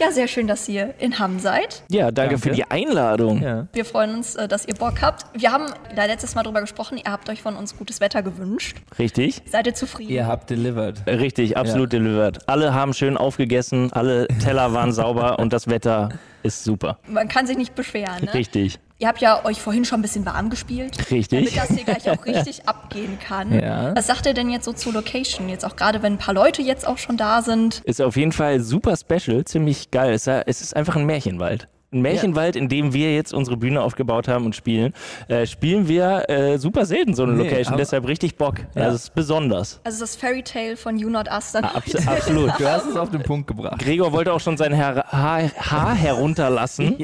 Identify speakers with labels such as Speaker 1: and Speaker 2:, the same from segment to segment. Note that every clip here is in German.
Speaker 1: Ja, sehr schön, dass ihr in Hamm seid.
Speaker 2: Ja, danke, für die Einladung.
Speaker 3: Ja.
Speaker 1: Wir freuen uns, äh, dass ihr Bock habt. Wir haben da letztes Mal drüber gesprochen, ihr habt euch von uns gutes Wetter gewünscht.
Speaker 2: Richtig?
Speaker 1: Seid ihr zufrieden?
Speaker 3: Ihr habt delivered.
Speaker 2: Äh, Richtig, absolut delivered. Alle haben schön aufgegessen, alle Teller waren sauber und das Wetter ist super.
Speaker 1: Man kann sich nicht beschweren, ne?
Speaker 2: Richtig,
Speaker 1: Ihr habt ja euch vorhin schon ein bisschen warm gespielt. Damit
Speaker 2: richtig.
Speaker 1: das hier gleich auch richtig abgehen kann.
Speaker 3: Ja.
Speaker 1: Was sagt ihr denn jetzt so zur Location? Jetzt auch gerade, wenn ein paar Leute jetzt auch schon da sind.
Speaker 2: Ist auf jeden Fall super special, ziemlich geil. Es es ist einfach ein Märchenwald. Ein Märchenwald, in dem wir jetzt unsere Bühne aufgebaut haben und spielen. Äh, spielen wir äh, super selten so eine
Speaker 3: Nee,
Speaker 2: Location,
Speaker 3: aber-
Speaker 2: deshalb richtig Bock.
Speaker 3: Ja.
Speaker 2: Also es ist besonders.
Speaker 1: Also das Fairy Tale von You Not Us. Dann
Speaker 2: Abs absolut.
Speaker 3: Du hast es auf den Punkt gebracht.
Speaker 2: Gregor wollte auch schon sein Haar, Haar, Haar herunterlassen.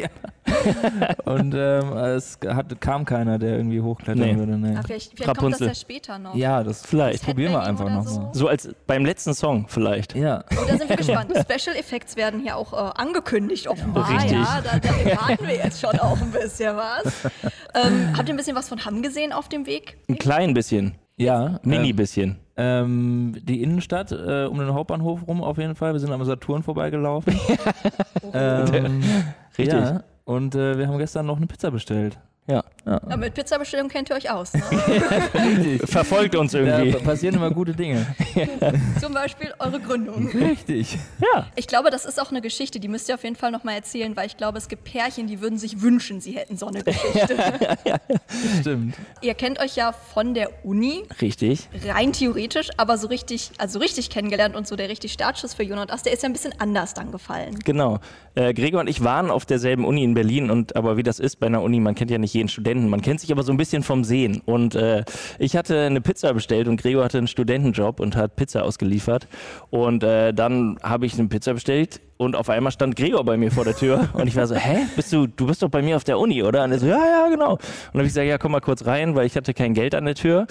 Speaker 3: Und ähm, es hat, kam keiner, der irgendwie hochklettern
Speaker 2: Nee.
Speaker 3: würde. Nee.
Speaker 1: Ah, vielleicht vielleicht kommt das
Speaker 2: Rapunzel.
Speaker 1: ja später noch.
Speaker 3: Ja, das
Speaker 2: Vielleicht.
Speaker 3: probieren wir
Speaker 1: Headbanging
Speaker 3: einfach
Speaker 1: oder
Speaker 3: nochmal.
Speaker 2: So als beim letzten Song vielleicht.
Speaker 3: Ja.
Speaker 1: Da sind wir gespannt. Special Effects werden hier auch äh, angekündigt, offenbar.
Speaker 2: Richtig.
Speaker 1: Ja, da, da warten wir jetzt schon auch ein bisschen was. Ähm, habt ihr ein bisschen was von Hamm gesehen auf dem Weg?
Speaker 2: Ein klein bisschen,
Speaker 3: Ja.
Speaker 2: mini
Speaker 3: ähm,
Speaker 2: bisschen.
Speaker 3: Ähm, die Innenstadt äh, um den Hauptbahnhof rum auf jeden Fall. Wir sind am Saturn vorbeigelaufen. ähm,
Speaker 2: Richtig.
Speaker 3: Ja. Und äh, wir haben gestern noch eine Pizza bestellt.
Speaker 2: Ja.
Speaker 1: Ja, mit Pizzabestellung kennt ihr euch aus. Ne?
Speaker 2: Verfolgt uns
Speaker 3: Da
Speaker 2: irgendwie.
Speaker 3: passieren immer gute Dinge.
Speaker 1: Zum Beispiel eure Gründung.
Speaker 3: Richtig.
Speaker 2: Ja.
Speaker 1: Ich glaube, das ist auch eine Geschichte, die müsst ihr auf jeden Fall nochmal erzählen, weil ich glaube, es gibt Pärchen, die würden sich wünschen, sie hätten so eine Geschichte.
Speaker 3: Stimmt.
Speaker 1: ihr kennt euch ja von der Uni,
Speaker 2: Richtig.
Speaker 1: rein theoretisch, aber so richtig, also richtig kennengelernt und so der richtig Startschuss für Jonas, Ast, der ist ja ein bisschen anders dann gefallen.
Speaker 2: Genau. Äh, Gregor und ich waren auf derselben Uni in Berlin und aber wie das ist bei einer Uni, man kennt ja nicht jeden Studenten, man kennt sich aber so ein bisschen vom Sehen. Und äh, ich hatte eine Pizza bestellt und Gregor hatte einen Studentenjob und hat Pizza ausgeliefert. Und äh, dann habe ich eine Pizza bestellt und auf einmal stand Gregor bei mir vor der Tür und ich war so, hä, bist du, du bist doch bei mir auf der Uni, oder? Und er so, ja, ja, genau. Und dann habe ich gesagt, ja, komm mal kurz rein, weil ich hatte kein Geld an der Tür.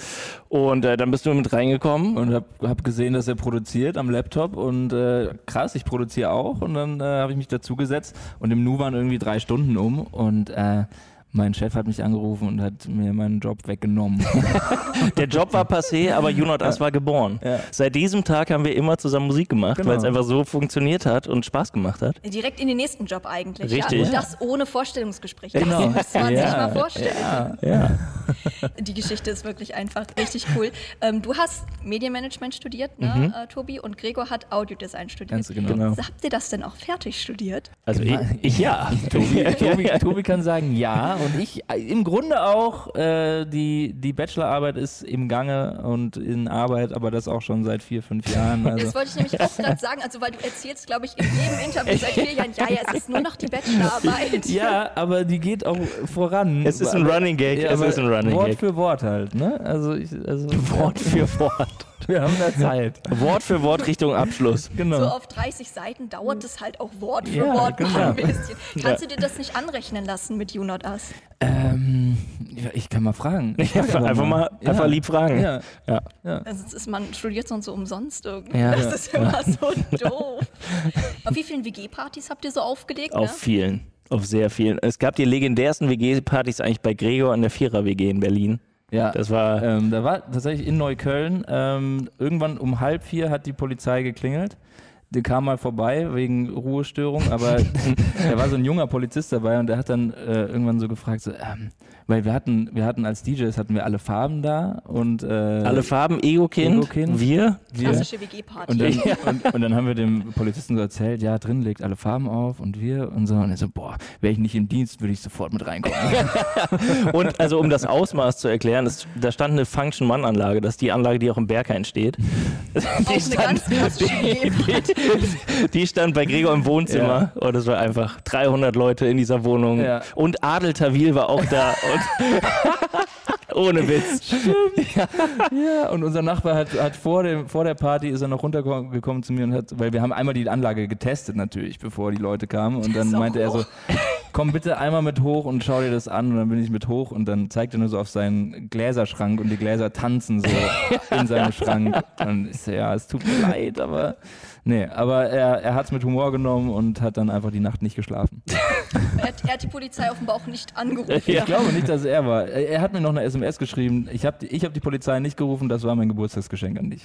Speaker 2: Und äh, dann bist du mit reingekommen
Speaker 3: Und hab, hab gesehen, dass er produziert am Laptop und äh, krass, ich produziere auch. Und dann äh, habe ich mich dazugesetzt und im Nu waren irgendwie drei Stunden um und äh, mein Chef hat mich angerufen und hat mir meinen Job weggenommen.
Speaker 2: Der Job war passé, aber You Not Us war geboren.
Speaker 3: Ja.
Speaker 2: Seit diesem Tag haben wir immer zusammen Musik gemacht,
Speaker 3: Genau.
Speaker 2: weil es einfach so funktioniert hat und Spaß gemacht hat.
Speaker 1: Direkt in den nächsten Job eigentlich.
Speaker 2: Richtig.
Speaker 1: Ja? Und das ohne Vorstellungsgespräch. Das
Speaker 3: Genau.
Speaker 1: muss man sich
Speaker 3: Ja.
Speaker 1: mal vorstellen.
Speaker 2: Ja.
Speaker 1: Die Geschichte ist wirklich einfach richtig cool. Ähm, du hast Medienmanagement studiert, ne,
Speaker 3: Mhm.
Speaker 1: äh, Tobi, und Gregor hat Audiodesign studiert.
Speaker 3: Ganz genau.
Speaker 2: Genau.
Speaker 1: Habt ihr das denn auch fertig studiert?
Speaker 2: Also ich, ich ja.
Speaker 3: Tobi, Tobi, Tobi kann sagen ja und ich äh, im Grunde auch, äh, die, die Bachelorarbeit ist im Gange und in Arbeit, aber das auch schon seit vier, fünf Jahren.
Speaker 1: Das
Speaker 3: Also.
Speaker 1: wollte ich nämlich auch gerade sagen, also weil du erzählst, glaube ich, in jedem Interview seit vier Jahren, ja, ja, es ist nur noch die Bachelorarbeit.
Speaker 3: Ja, aber die geht auch voran.
Speaker 2: Es ist ein Running Gag.
Speaker 3: ja,
Speaker 2: es
Speaker 3: aber
Speaker 2: ist ein Running
Speaker 3: Wort
Speaker 2: Gag.
Speaker 3: für Wort halt, ne? Also, ich, also
Speaker 2: Wort für Wort.
Speaker 3: wir haben da Zeit.
Speaker 2: Wort für Wort Richtung Abschluss.
Speaker 3: Genau.
Speaker 1: So auf 30 Seiten dauert es halt auch Wort für
Speaker 3: Ja,
Speaker 1: Wort mal ein
Speaker 3: genau.
Speaker 1: bisschen. Kannst du dir das nicht anrechnen lassen mit You Not Us?
Speaker 3: Ähm, ja, ich kann mal fragen. Ich frag
Speaker 2: Einfach, einfach mal, einfach lieb fragen.
Speaker 3: Ja.
Speaker 2: Ja.
Speaker 1: Also es ist, man studiert sonst so umsonst irgendwie.
Speaker 2: Ja.
Speaker 1: das ist immer so doof. Auf wie vielen WG-Partys habt ihr so aufgelegt?
Speaker 2: Auf
Speaker 1: ne?
Speaker 2: vielen. Auf sehr vielen. Es gab die legendärsten WG-Partys eigentlich bei Gregor an der Vierer-WG in Berlin.
Speaker 3: ja.
Speaker 2: Das war.
Speaker 3: ähm, da war tatsächlich in Neukölln, ähm, irgendwann um halb vier hat die Polizei geklingelt. Der kam mal vorbei wegen Ruhestörung, aber da war so ein junger Polizist dabei und der hat dann äh, irgendwann so gefragt, so, ähm, weil wir hatten, wir hatten als DJs hatten wir alle Farben da und äh,
Speaker 2: alle Farben, Ego-Kind,
Speaker 3: Ego-Kind.
Speaker 2: wir.
Speaker 3: wir,
Speaker 1: Klassische WG-Party.
Speaker 3: Und dann,
Speaker 2: Ja.
Speaker 3: und, und dann haben wir dem Polizisten so erzählt, ja, drin legt alle Farben auf und wir und so. Und er so, boah, wäre ich nicht im Dienst, würde ich sofort mit reinkommen.
Speaker 2: Und also um das Ausmaß zu erklären, es- da stand eine Function-Mann-Anlage, das ist die Anlage, die auch im Berg entsteht.
Speaker 1: auch eine ganz klassische WG-Party.
Speaker 2: Die stand bei Gregor im Wohnzimmer und es war einfach 300 Leute in dieser Wohnung
Speaker 3: Ja.
Speaker 2: und Adel Tawil war auch da und ohne Witz.
Speaker 3: Ja, und unser Nachbar hat, hat vor, dem, vor der Party ist er noch runtergekommen zu mir und hat, weil wir haben einmal die Anlage getestet natürlich, bevor die Leute kamen. Und dann
Speaker 1: ist auch
Speaker 3: meinte er so,
Speaker 1: hoch.
Speaker 3: komm bitte einmal mit hoch und schau dir das an. Und dann bin ich mit hoch und dann zeigt er nur so auf seinen Gläserschrank und die Gläser tanzen so in seinem Schrank. Und ich so, ja, es tut mir leid, aber nee, aber er, er hat es mit Humor genommen und hat dann einfach die Nacht nicht geschlafen.
Speaker 1: Er, hat- er hat die Polizei offenbar auch nicht angerufen.
Speaker 3: Ich glaube nicht, dass er war. Er er hat mir noch eine SMS geschrieben. Ich habe die, ich hab die Polizei nicht gerufen, das war mein Geburtstagsgeschenk an dich.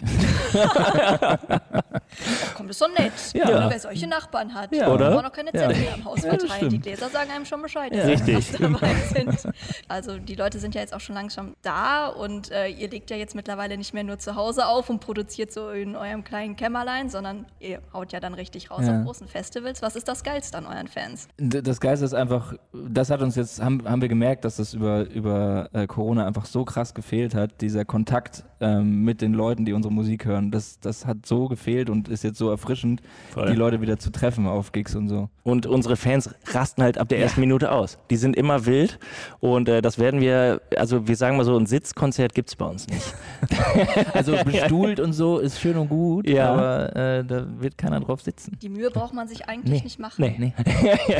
Speaker 1: Kommt es so nett.
Speaker 2: Ja.
Speaker 1: Oder wer solche Nachbarn hat.
Speaker 3: Ja,
Speaker 2: oder?
Speaker 1: Wo man noch keine Zettel
Speaker 3: Ja.
Speaker 1: am Haus
Speaker 3: Ja, das
Speaker 1: verteilt. die
Speaker 3: stimmt.
Speaker 1: Gläser sagen einem schon Bescheid,
Speaker 2: Ja.
Speaker 1: dass sie
Speaker 2: Richtig.
Speaker 1: dabei sind. Also die Leute sind ja jetzt auch schon langsam da und äh, ihr legt ja jetzt mittlerweile nicht mehr nur zu Hause auf und produziert so in eurem kleinen Kämmerlein, sondern ihr haut ja dann richtig raus
Speaker 3: Ja.
Speaker 1: auf großen Festivals. Was ist das Geilste an euren Fans?
Speaker 3: D- Das Geilste ist einfach, das hat uns jetzt, haben, haben wir gemerkt, dass das über, über äh, Corona einfach so krass gefehlt hat, dieser Kontakt ähm, mit den Leuten, die unsere Musik hören. Das, das hat so gefehlt und ist jetzt so erfrischend,
Speaker 2: Voll.
Speaker 3: die Leute wieder zu treffen auf Gigs und so.
Speaker 2: Und unsere Fans rasten halt ab der ersten Minute aus. Die sind immer wild und äh, das werden wir, also wir sagen mal so, ein Sitzkonzert gibt's bei uns nicht.
Speaker 3: Also bestuhlt und so ist schön und gut,
Speaker 2: Ja.
Speaker 3: aber äh, da wird keiner drauf sitzen.
Speaker 1: Die Mühe braucht man sich eigentlich nicht machen.
Speaker 3: Nee.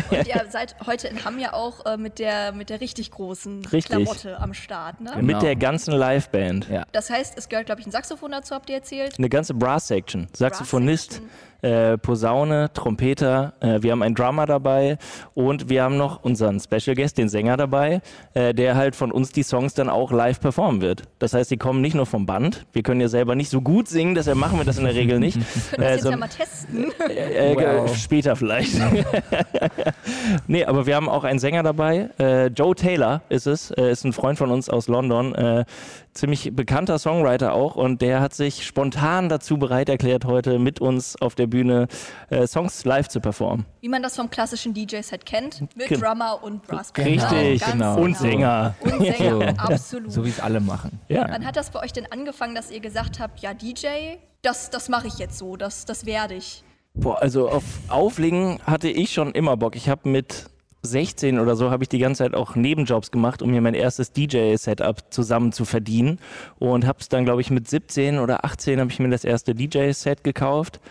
Speaker 1: Und ihr seid heute in Hamm ja auch äh, mit, der, mit der richtig großen
Speaker 2: Richtig.
Speaker 1: Klamotte am Start. Ne?
Speaker 3: Genau.
Speaker 2: Mit der ganzen Liveband.
Speaker 3: Ja.
Speaker 1: Das heißt, es gehört, glaube ich, ein Saxophon dazu, habt ihr erzählt.
Speaker 2: Eine ganze Brass-Section. Saxophonist, äh, Posaune, Trompeter. Äh, wir haben einen Drummer dabei und wir haben noch unseren Special Guest, den Sänger dabei, äh, der halt von uns die Songs dann auch live performen wird. Das heißt, die kommen nicht nur vom Band. Wir können ja selber nicht so gut singen, deshalb machen wir das in der Regel nicht.
Speaker 1: Können wir
Speaker 2: Äh,
Speaker 3: also
Speaker 1: das jetzt ja
Speaker 2: sondern-
Speaker 1: mal testen.
Speaker 2: Äh, ge-
Speaker 3: Wow.
Speaker 2: Später vielleicht. nee, aber wir haben auch einen Sänger dabei. Äh, Joe Taylor ist es, äh, ist ein Freund von uns aus London. Äh, ziemlich bekannter Songwriter auch. Und der hat sich spontan dazu bereit erklärt, heute mit uns auf der Bühne äh, Songs live zu performen.
Speaker 1: Wie man das vom klassischen DJ-Set kennt, mit
Speaker 2: Ge-
Speaker 1: Drummer und Brassband.
Speaker 2: Richtig.
Speaker 1: Ganz
Speaker 3: genau.
Speaker 2: Und Sänger.
Speaker 1: Und Sänger,
Speaker 3: So.
Speaker 1: absolut.
Speaker 3: So wie es alle machen.
Speaker 2: Ja.
Speaker 1: Wann hat das bei euch denn angefangen, dass ihr gesagt habt, ja, DJ, das, das mache ich jetzt so, das, das werde ich?
Speaker 2: Boah, also auf Auflegen hatte ich schon immer Bock. Ich habe mit 16 oder so habe ich die ganze Zeit auch Nebenjobs gemacht, um mir mein erstes DJ-Setup zusammen zu verdienen und habe es dann, glaube ich, mit 17 oder 18 habe ich mir das erste DJ-Set gekauft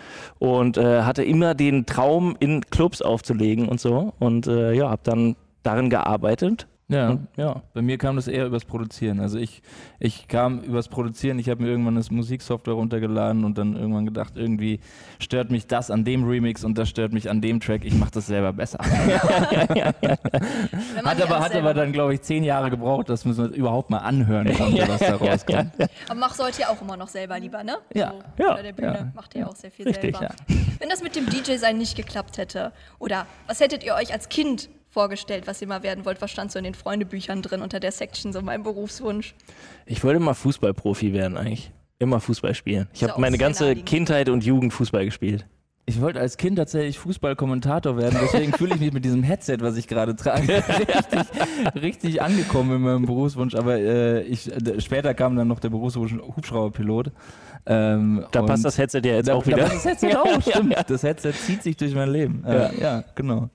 Speaker 2: und äh, hatte immer den Traum, in Clubs aufzulegen und so und äh, ja, habe dann darin gearbeitet.
Speaker 3: Ja.
Speaker 2: Ja,
Speaker 3: Bei mir kam das eher übers Produzieren. Also ich, ich kam übers Produzieren, ich habe mir irgendwann das Musiksoftware runtergeladen und dann irgendwann gedacht, irgendwie stört mich das an dem Remix und das stört mich an dem Track, ich mache das selber besser.
Speaker 1: Wenn man
Speaker 3: Hat
Speaker 1: nicht
Speaker 3: aber,
Speaker 1: alles
Speaker 3: hat
Speaker 1: selber
Speaker 3: aber dann, glaube ich, zehn Jahre gebraucht, dass man es überhaupt mal anhören konnte, was da rauskommt.
Speaker 1: macht. aber mach sollt ihr auch immer noch selber lieber, ne?
Speaker 3: Ja,
Speaker 1: So,
Speaker 2: ja,
Speaker 1: Bei der Bühne
Speaker 3: ja.
Speaker 1: macht ihr auch sehr viel
Speaker 2: Richtig,
Speaker 1: selber. Wenn das mit dem DJ-Sein nicht geklappt hätte, oder was hättet ihr euch als Kind vorgestellt, was ihr mal werden wollt? Was stand so in den Freundebüchern drin unter der Section, so mein Berufswunsch?
Speaker 2: ich wollte mal Fußballprofi werden eigentlich. Immer Fußball spielen. Ich
Speaker 1: Ist
Speaker 2: habe
Speaker 1: auch
Speaker 2: meine
Speaker 1: sehr
Speaker 2: ganze
Speaker 1: naheliegend.
Speaker 2: Kindheit und Jugend Fußball gespielt.
Speaker 3: Ich wollte als Kind tatsächlich Fußballkommentator werden, deswegen fühle ich mich mit diesem Headset, was ich gerade trage, richtig, richtig angekommen in meinem Berufswunsch. Aber äh, ich, d- später kam dann noch der Berufswunsch Hubschrauberpilot. Ähm,
Speaker 2: Da passt
Speaker 3: und-
Speaker 2: das Headset ja jetzt
Speaker 3: da,
Speaker 2: auch wieder.
Speaker 3: Da passt das Headset auch, stimmt. Das Headset zieht sich durch mein Leben. Äh, ja. genau.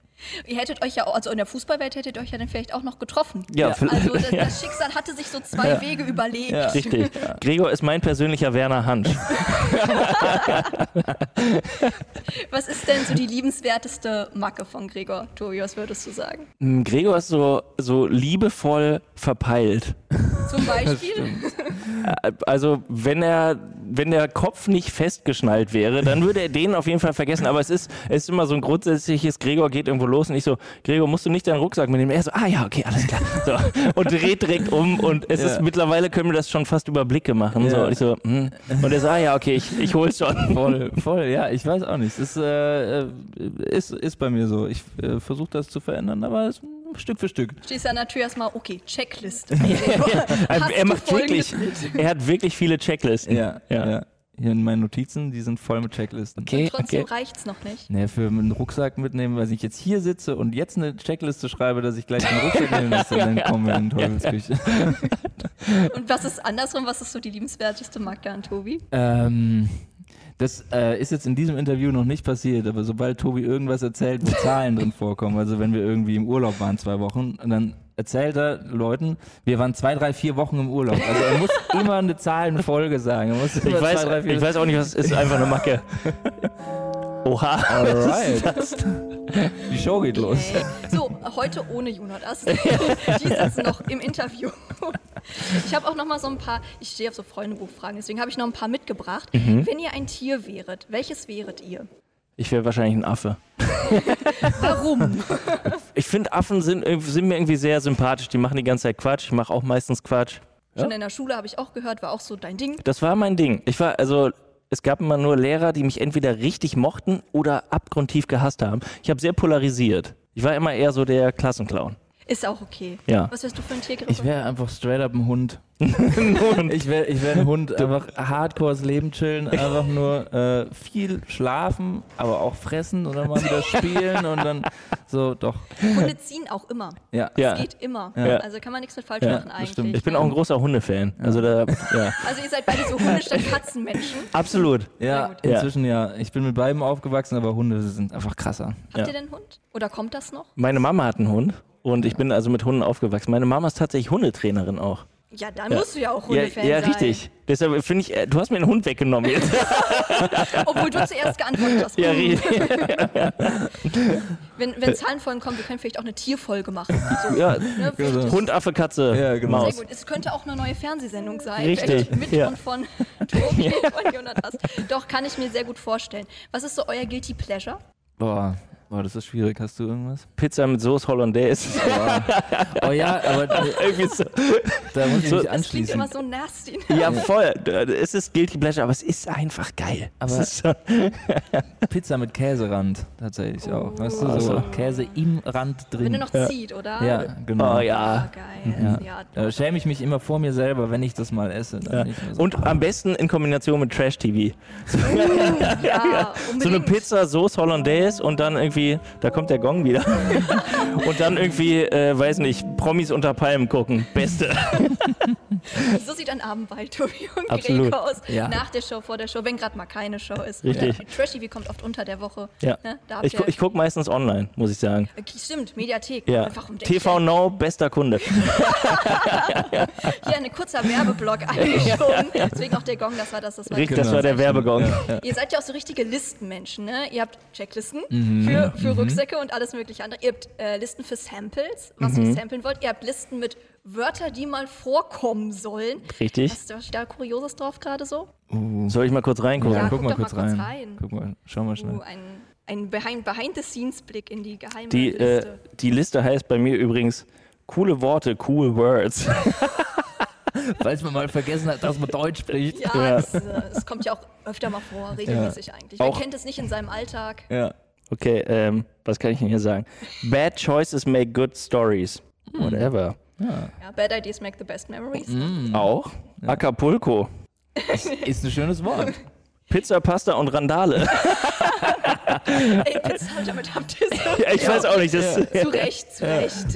Speaker 1: Ihr hättet euch ja, auch- also in der Fußballwelt hättet ihr euch ja dann vielleicht auch noch getroffen.
Speaker 2: Ja, vielleicht-
Speaker 1: Also das, das Schicksal hatte sich so zwei Wege überlegt.
Speaker 3: Ja.
Speaker 2: Richtig. Gregor ist mein persönlicher Werner Hansch.
Speaker 1: Was ist denn so die liebenswerteste Macke von Gregor? Tobi, was würdest du sagen?
Speaker 2: Mm, Gregor ist so, so liebevoll verpeilt.
Speaker 1: Zum Beispiel?
Speaker 2: Äh, Also wenn er, wenn der Kopf nicht festgeschnallt wäre, dann würde er den auf jeden Fall vergessen. Aber es ist, es ist immer so ein grundsätzliches, Gregor geht irgendwo los und ich so, Gregor, musst du nicht deinen Rucksack mitnehmen? Er so, ah ja, okay, alles klar. So, und dreht direkt um und es
Speaker 3: Ja.
Speaker 2: ist mittlerweile können wir das schon fast über Blicke machen. So,
Speaker 3: Ja.
Speaker 2: und ich so, hm. Und er so, ah ja, okay, ich, ich hol's schon.
Speaker 3: Voll, voll, ja, ich weiß auch nicht. Es ist, äh, äh, ist, ist bei mir so. Ich äh, versuche das zu verändern, aber es, Stück für Stück.
Speaker 1: Stehst du an der Tür erstmal, okay, Checkliste. Hast
Speaker 2: Er, er
Speaker 1: du
Speaker 2: macht
Speaker 1: folgendes
Speaker 2: wirklich, er hat wirklich viele Checklisten.
Speaker 3: Ja, ja. Hier in meinen Notizen, die sind voll mit Checklisten.
Speaker 2: Okay,
Speaker 1: Trotzdem reicht's noch nicht.
Speaker 3: Naja, für einen Rucksack mitnehmen, weil ich jetzt hier sitze und jetzt eine Checkliste schreibe, dass ich gleich den Rucksack nehmen muss, und dann kommen wir in Teufelsküche.
Speaker 1: Und was ist andersrum? Was ist so die liebenswerteste Macke an Tobi?
Speaker 3: ähm, das äh, ist jetzt in diesem Interview noch nicht passiert, aber sobald Tobi irgendwas erzählt, wo Zahlen drin vorkommen, also wenn wir irgendwie im Urlaub waren zwei Wochen, und dann erzählt er Leuten, wir waren zwei, drei, vier Wochen im Urlaub. Also er muss immer eine Zahlenfolge sagen. Er muss
Speaker 2: Ich
Speaker 3: immer
Speaker 2: weiß,
Speaker 3: zwei, drei, vier,
Speaker 2: ich weiß auch nicht, was ist einfach eine Macke. Oha.
Speaker 3: Alright. Die Show geht los.
Speaker 1: Yay. So, heute ohne Jonas. Die sitzen noch im Interview. Ich habe auch noch mal so ein paar, ich stehe auf so Freundebuchfragen, deswegen habe ich noch ein paar mitgebracht. Wenn ihr ein Tier wäret, welches wäret ihr?
Speaker 2: Ich wäre wahrscheinlich ein Affe.
Speaker 1: Warum?
Speaker 2: Ich finde, Affen sind, irg- sind mir irgendwie sehr sympathisch. Die machen die ganze Zeit Quatsch. Ich mache auch meistens Quatsch.
Speaker 1: Schon in der Schule habe ich auch gehört, war auch so dein Ding.
Speaker 2: Das war mein Ding. Ich war, also, es gab immer nur Lehrer, die mich entweder richtig mochten oder abgrundtief gehasst haben. Ich habe sehr polarisiert. Ich war immer eher so der Klassenclown.
Speaker 1: Ist auch okay.
Speaker 2: Ja.
Speaker 1: Was wärst du für ein Tiergriff?
Speaker 3: Ich wäre einfach straight up ein Hund.
Speaker 2: Und
Speaker 3: Ich wäre ich wär ein Hund, einfach hardcore das Leben chillen, einfach nur äh, viel schlafen, aber auch fressen und dann mal wieder spielen und dann so, doch.
Speaker 1: Hunde ziehen auch immer.
Speaker 3: Ja.
Speaker 2: Ja.
Speaker 1: Es geht immer.
Speaker 2: Ja.
Speaker 1: Also kann man nichts mit falsch
Speaker 2: Ja,
Speaker 1: machen
Speaker 3: das
Speaker 1: eigentlich.
Speaker 3: stimmt.
Speaker 2: ich bin auch ein großer Hundefan. Also da, ja,
Speaker 1: also ihr seid beide so Hunde statt Katzenmenschen.
Speaker 2: absolut.
Speaker 1: Na
Speaker 3: Ja,
Speaker 1: gut.
Speaker 3: inzwischen ja. Ich bin mit beiden aufgewachsen, aber Hunde sind einfach krasser.
Speaker 1: Habt ihr denn einen Hund? Oder kommt das noch?
Speaker 2: Meine Mama hat einen Hund und ich bin also mit Hunden aufgewachsen. Meine Mama ist tatsächlich Hundetrainerin auch.
Speaker 1: Ja, dann musst du ja auch
Speaker 2: Ja,
Speaker 1: Hundefan
Speaker 2: ja,
Speaker 1: sein.
Speaker 2: richtig.
Speaker 1: halt.
Speaker 2: Deshalb finde ich, äh, du hast mir den Hund weggenommen jetzt.
Speaker 1: Obwohl du zuerst geantwortet hast.
Speaker 2: ja,
Speaker 1: Hm.
Speaker 2: richtig.
Speaker 1: Wenn, wenn Zahlenfolgen kommen, wir können vielleicht auch eine Tierfolge machen. So,
Speaker 2: Ja.
Speaker 1: ne?
Speaker 3: Also,
Speaker 1: Vielleicht-
Speaker 2: Hund, Affe, Katze,
Speaker 3: Ja, genau.
Speaker 1: Sehr
Speaker 2: Maus.
Speaker 1: gut. Es könnte auch eine neue Fernsehsendung sein.
Speaker 2: Richtig,
Speaker 1: Vielleicht mit
Speaker 2: ja.
Speaker 1: und von Tobi und Jonatas. Doch, kann ich mir sehr gut vorstellen. Was ist so euer Guilty Pleasure?
Speaker 3: Boah. Boah, das ist schwierig. Hast du irgendwas?
Speaker 2: Pizza mit Soße Hollandaise.
Speaker 3: Oh ja, aber da,
Speaker 2: Irgendwie so.
Speaker 3: da muss ich
Speaker 2: So-
Speaker 1: Das
Speaker 3: mich
Speaker 1: klingt
Speaker 3: anschließen.
Speaker 1: immer so nasty.
Speaker 2: Ja, voll. Es ist Guilty Pleasure, aber es ist einfach geil.
Speaker 3: Aber-
Speaker 2: es ist schon,
Speaker 3: Pizza mit Käserand tatsächlich auch. Weißt du, so
Speaker 2: Also.
Speaker 3: Käse im Rand drin.
Speaker 1: Oh. Wenn du noch zieht, oder?
Speaker 3: ja, genau.
Speaker 2: oh
Speaker 1: Ah,
Speaker 2: ja.
Speaker 1: geil. Ja.
Speaker 3: Da schäme ich mich immer vor mir selber, wenn ich das mal esse. Dann bin ich immer so,
Speaker 2: Und am besten in Kombination mit Trash-TV.
Speaker 1: Ja, Ah, unbedingt.
Speaker 2: So eine Pizza, Soße Hollandaise und dann irgendwie, da kommt der Gong wieder. und dann irgendwie, äh, weiß nicht, Promis unter Palmen gucken. Beste.
Speaker 1: So sieht ein Abend bei Tobi und
Speaker 2: Absolut.
Speaker 1: Gregor aus.
Speaker 3: Ja.
Speaker 1: Nach der Show, vor der Show, wenn gerade mal keine Show ist.
Speaker 2: Richtig.
Speaker 1: Ja. Trash TV kommt oft unter der Woche.
Speaker 2: Ja.
Speaker 1: Ne? Da habt
Speaker 2: Ich, gu
Speaker 1: ihr,
Speaker 2: ich gucke meistens online, muss ich sagen.
Speaker 1: Äh, Stimmt, Mediathek.
Speaker 2: Ja.
Speaker 1: Einfach um
Speaker 2: TV Now, bester Kunde.
Speaker 1: Hier ein kurzer Werbeblock eingeschoben. Deswegen auch der Gong, das war das, das war
Speaker 2: Richtig,
Speaker 1: das.
Speaker 2: das war der Werbegong.
Speaker 1: Ihr seid Genau. ja auch so richtige Listenmenschen, ne? Ihr habt Checklisten
Speaker 2: Mhm.
Speaker 1: für, für Rucksäcke und alles mögliche andere. Ihr habt äh, Listen für Samples, was
Speaker 2: Mhm.
Speaker 1: ihr samplen wollt. Ihr habt Listen mit Wörtern, die mal vorkommen sollen.
Speaker 2: Richtig.
Speaker 1: Was was steht da Kurioses drauf gerade so?
Speaker 2: Soll ich mal kurz reingucken?
Speaker 1: Ja,
Speaker 3: ja,
Speaker 1: guck
Speaker 3: guck mal
Speaker 1: doch mal
Speaker 3: kurz
Speaker 1: kurz
Speaker 3: rein.
Speaker 1: rein.
Speaker 3: Guck mal, schau mal schnell.
Speaker 1: Uh, ein ein Behind- Behind-the-Scenes-Blick in die geheime
Speaker 2: Die, äh,
Speaker 1: Liste.
Speaker 2: die Liste heißt bei mir übrigens coole Worte, cool Words.
Speaker 3: Falls man mal vergessen hat, dass man Deutsch spricht.
Speaker 1: ja,
Speaker 2: ja.
Speaker 1: Es, äh, es kommt ja auch öfter mal vor, regelmäßig eigentlich. Wer
Speaker 2: Auch-
Speaker 1: kennt es nicht in seinem Alltag?
Speaker 3: Ja.
Speaker 2: Okay, ähm, was kann ich denn hier sagen? Bad choices make good stories.
Speaker 1: Hm.
Speaker 2: Whatever.
Speaker 1: Ja, bad ideas make the best memories.
Speaker 2: Auch Acapulco.
Speaker 3: Hm, Ist ein schönes Wort.
Speaker 2: Pizza, Pasta und Randale.
Speaker 1: Ey, Pizza, und damit habt ihr es.
Speaker 2: ja, ich weiß auch nicht. Das, ja.
Speaker 1: Zu Recht, zu Recht.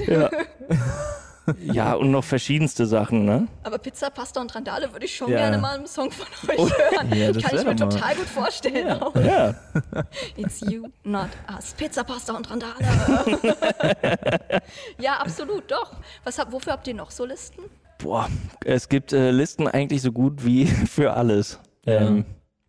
Speaker 2: und noch verschiedenste Sachen, ne?
Speaker 1: Aber Pizza, Pasta und Randale würde ich schon
Speaker 2: Ja. Oh.
Speaker 1: gerne mal einen Song von euch hören.
Speaker 3: Ja, das
Speaker 1: Kann
Speaker 3: wär
Speaker 1: ich mir
Speaker 3: doch mal-
Speaker 1: total gut vorstellen. auch.
Speaker 2: Ja.
Speaker 1: It's you, not us. Pizza, Pasta und Randale. ja, absolut, doch. Was hab, wofür habt ihr noch so Listen?
Speaker 2: Boah, es gibt äh, Listen eigentlich so gut wie für alles. Ähm,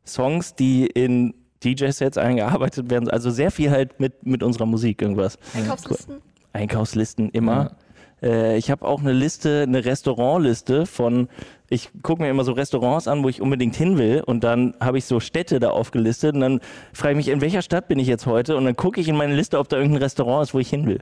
Speaker 2: Songs, die in DJ-Sets eingearbeitet werden. Also sehr viel halt mit, mit unserer Musik irgendwas.
Speaker 1: Einkaufslisten?
Speaker 2: Einkaufslisten immer. Äh, ich habe auch eine Liste, eine Restaurantliste von, ich gucke mir immer so Restaurants an, wo ich unbedingt hin will und dann habe ich so Städte da aufgelistet und dann frage ich mich, in welcher Stadt bin ich jetzt heute und dann gucke ich in meine Liste, ob da irgendein Restaurant ist, wo ich hin will.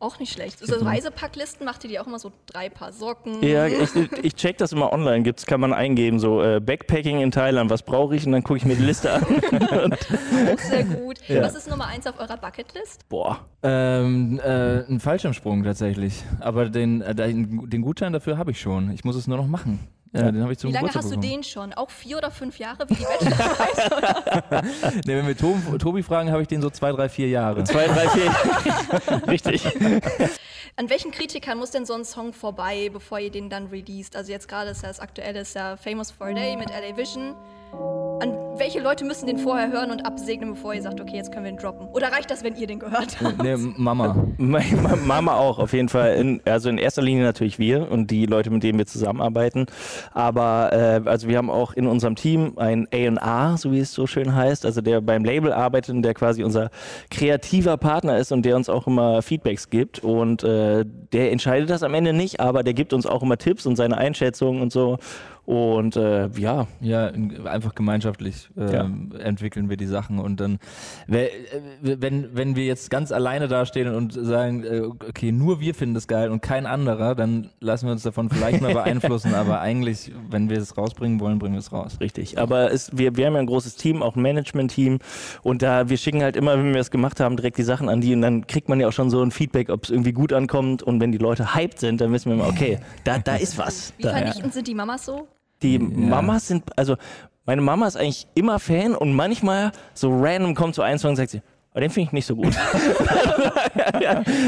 Speaker 1: Auch nicht schlecht. So Reisepacklisten macht ihr die auch immer so drei Paar Socken.
Speaker 2: Ja, ich, ich check das immer online, gibt's, kann man eingeben, so äh, Backpacking in Thailand, was brauche ich und dann gucke ich mir die Liste an.
Speaker 1: Auch sehr gut. Was ist Nummer eins auf eurer Bucketlist?
Speaker 2: Boah,
Speaker 3: Ähm, äh, ein Fallschirmsprung tatsächlich. Aber den, äh, den den Gutschein dafür habe ich schon. Ich muss es nur noch machen. Ja, den habe ich zum
Speaker 1: Wie lange
Speaker 3: Geburtstag
Speaker 1: hast du
Speaker 3: bekommen.
Speaker 1: den schon? Auch vier oder fünf Jahre? Wie die Bachelor-
Speaker 3: Nee, wenn wir Tobi, Tobi fragen, habe ich den so zwei, drei, vier Jahre.
Speaker 2: zwei, drei, vier. Richtig.
Speaker 1: An welchen Kritikern muss denn so ein Song vorbei, bevor ihr den dann released? Also jetzt gerade ist ja das aktuelle ist ja Famous for a Day mit LA Vision. An welche Leute müssen den vorher hören und absegnen, bevor ihr sagt, okay, jetzt können wir ihn droppen? Oder reicht das, wenn ihr den gehört habt?
Speaker 3: Nee, Mama.
Speaker 2: Meine Ma- Mama auch, auf jeden Fall. In, also in erster Linie natürlich wir und die Leute, mit denen wir zusammenarbeiten. Aber äh, also wir haben auch in unserem Team ein A&R, so wie es so schön heißt, also der beim Label arbeitet und der quasi unser kreativer Partner ist und der uns auch immer Feedbacks gibt. Und äh, der entscheidet das am Ende nicht, aber der gibt uns auch immer Tipps und seine Einschätzungen und so. Und äh, ja,
Speaker 3: Ja, in, einfach gemeinschaftlich ähm, entwickeln wir die Sachen und dann, wer- äh, wenn, wenn wir jetzt ganz alleine dastehen und sagen, äh, okay, nur wir finden das geil und kein anderer, dann lassen wir uns davon vielleicht mal beeinflussen, aber eigentlich, wenn wir es rausbringen wollen, bringen wir es raus.
Speaker 2: richtig. Aber es, wir, wir haben ja ein großes Team, auch ein Management-Team. Und da, wir schicken halt immer, wenn wir es gemacht haben, direkt die Sachen an die. Und dann kriegt man ja auch schon so ein Feedback, ob es irgendwie gut ankommt. Und wenn die Leute hyped sind, dann wissen wir immer, okay, da, da ist was.
Speaker 1: Wie
Speaker 2: Da,
Speaker 1: vernichtend sind die Mamas so?
Speaker 2: Die Mamas sind, also meine Mama ist eigentlich immer Fan und manchmal so random kommt so ein Song und sagt sie, "Oh, den finde ich nicht so gut.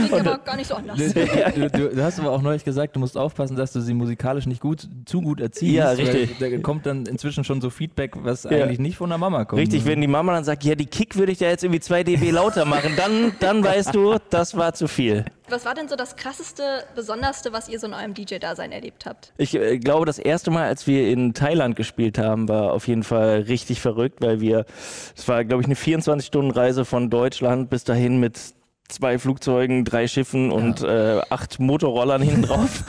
Speaker 1: Klingt aber gar nicht so anders.
Speaker 3: Du, du, du, du hast aber auch neulich gesagt, du musst aufpassen, dass du sie musikalisch nicht gut, zu gut erziehst.
Speaker 2: Ja,
Speaker 3: weil
Speaker 2: richtig.
Speaker 3: Da kommt dann inzwischen schon so Feedback, was eigentlich nicht von der Mama kommt.
Speaker 2: Richtig, wenn die Mama dann sagt, ja, die Kick würde ich da jetzt irgendwie 2 dB lauter machen, dann, dann weißt du, das war zu viel.
Speaker 1: Was war denn so das krasseste, besonderste, was ihr so in eurem DJ-Dasein erlebt habt?
Speaker 2: Ich äh, glaube, das erste Mal, als wir in Thailand gespielt haben, war auf jeden Fall richtig verrückt, weil wir, es war, glaube ich, eine 24-Stunden-Reise von Deutschland bis dahin mit zwei Flugzeugen, drei Schiffen und äh, acht Motorrollern hinten drauf.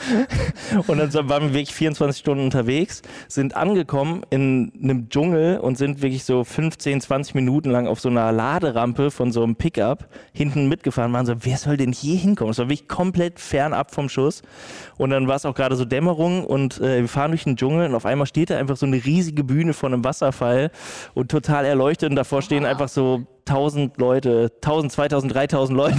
Speaker 2: und dann so- waren wir wirklich 24 Stunden unterwegs, sind angekommen in einem Dschungel und sind wirklich so 15, 20 Minuten lang auf so einer Laderampe von so einem Pickup hinten mitgefahren, waren so, wer soll denn hier hinkommen? Es war wirklich komplett fernab vom Schuss. Und dann war es auch gerade so Dämmerung und äh, wir fahren durch den Dschungel und auf einmal steht da einfach so eine riesige Bühne von einem Wasserfall und total erleuchtet und davor stehen einfach so 1000 Leute, 1000, 2000, 3000 Leute.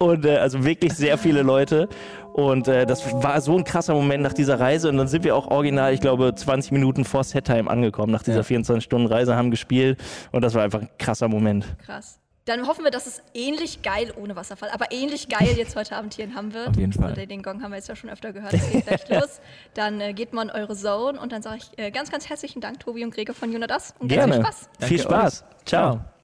Speaker 2: und äh, also wirklich sehr viele Leute. Und äh, das war so ein krasser Moment nach dieser Reise. Und dann sind wir auch original, ich glaube, 20 Minuten vor Settime angekommen, nach dieser
Speaker 3: Ja.
Speaker 2: 24-Stunden-Reise, haben gespielt. Und das war einfach ein krasser Moment.
Speaker 1: Krass. Dann hoffen wir, dass es ähnlich geil ohne Wasserfall, aber ähnlich geil jetzt heute Abend hier in Hamm wird.
Speaker 3: Auf jeden Fall.
Speaker 1: Also den Gong haben wir jetzt ja schon öfter gehört. Es geht gleich los. Dann äh, geht man in eure Zone und dann sage ich äh, ganz, ganz herzlichen Dank, Tobi und Gregor von Jonadas. Und ganz
Speaker 2: Gerne.
Speaker 1: viel Spaß.
Speaker 2: Viel
Speaker 3: Danke
Speaker 2: Spaß.
Speaker 3: euch.
Speaker 2: Ciao.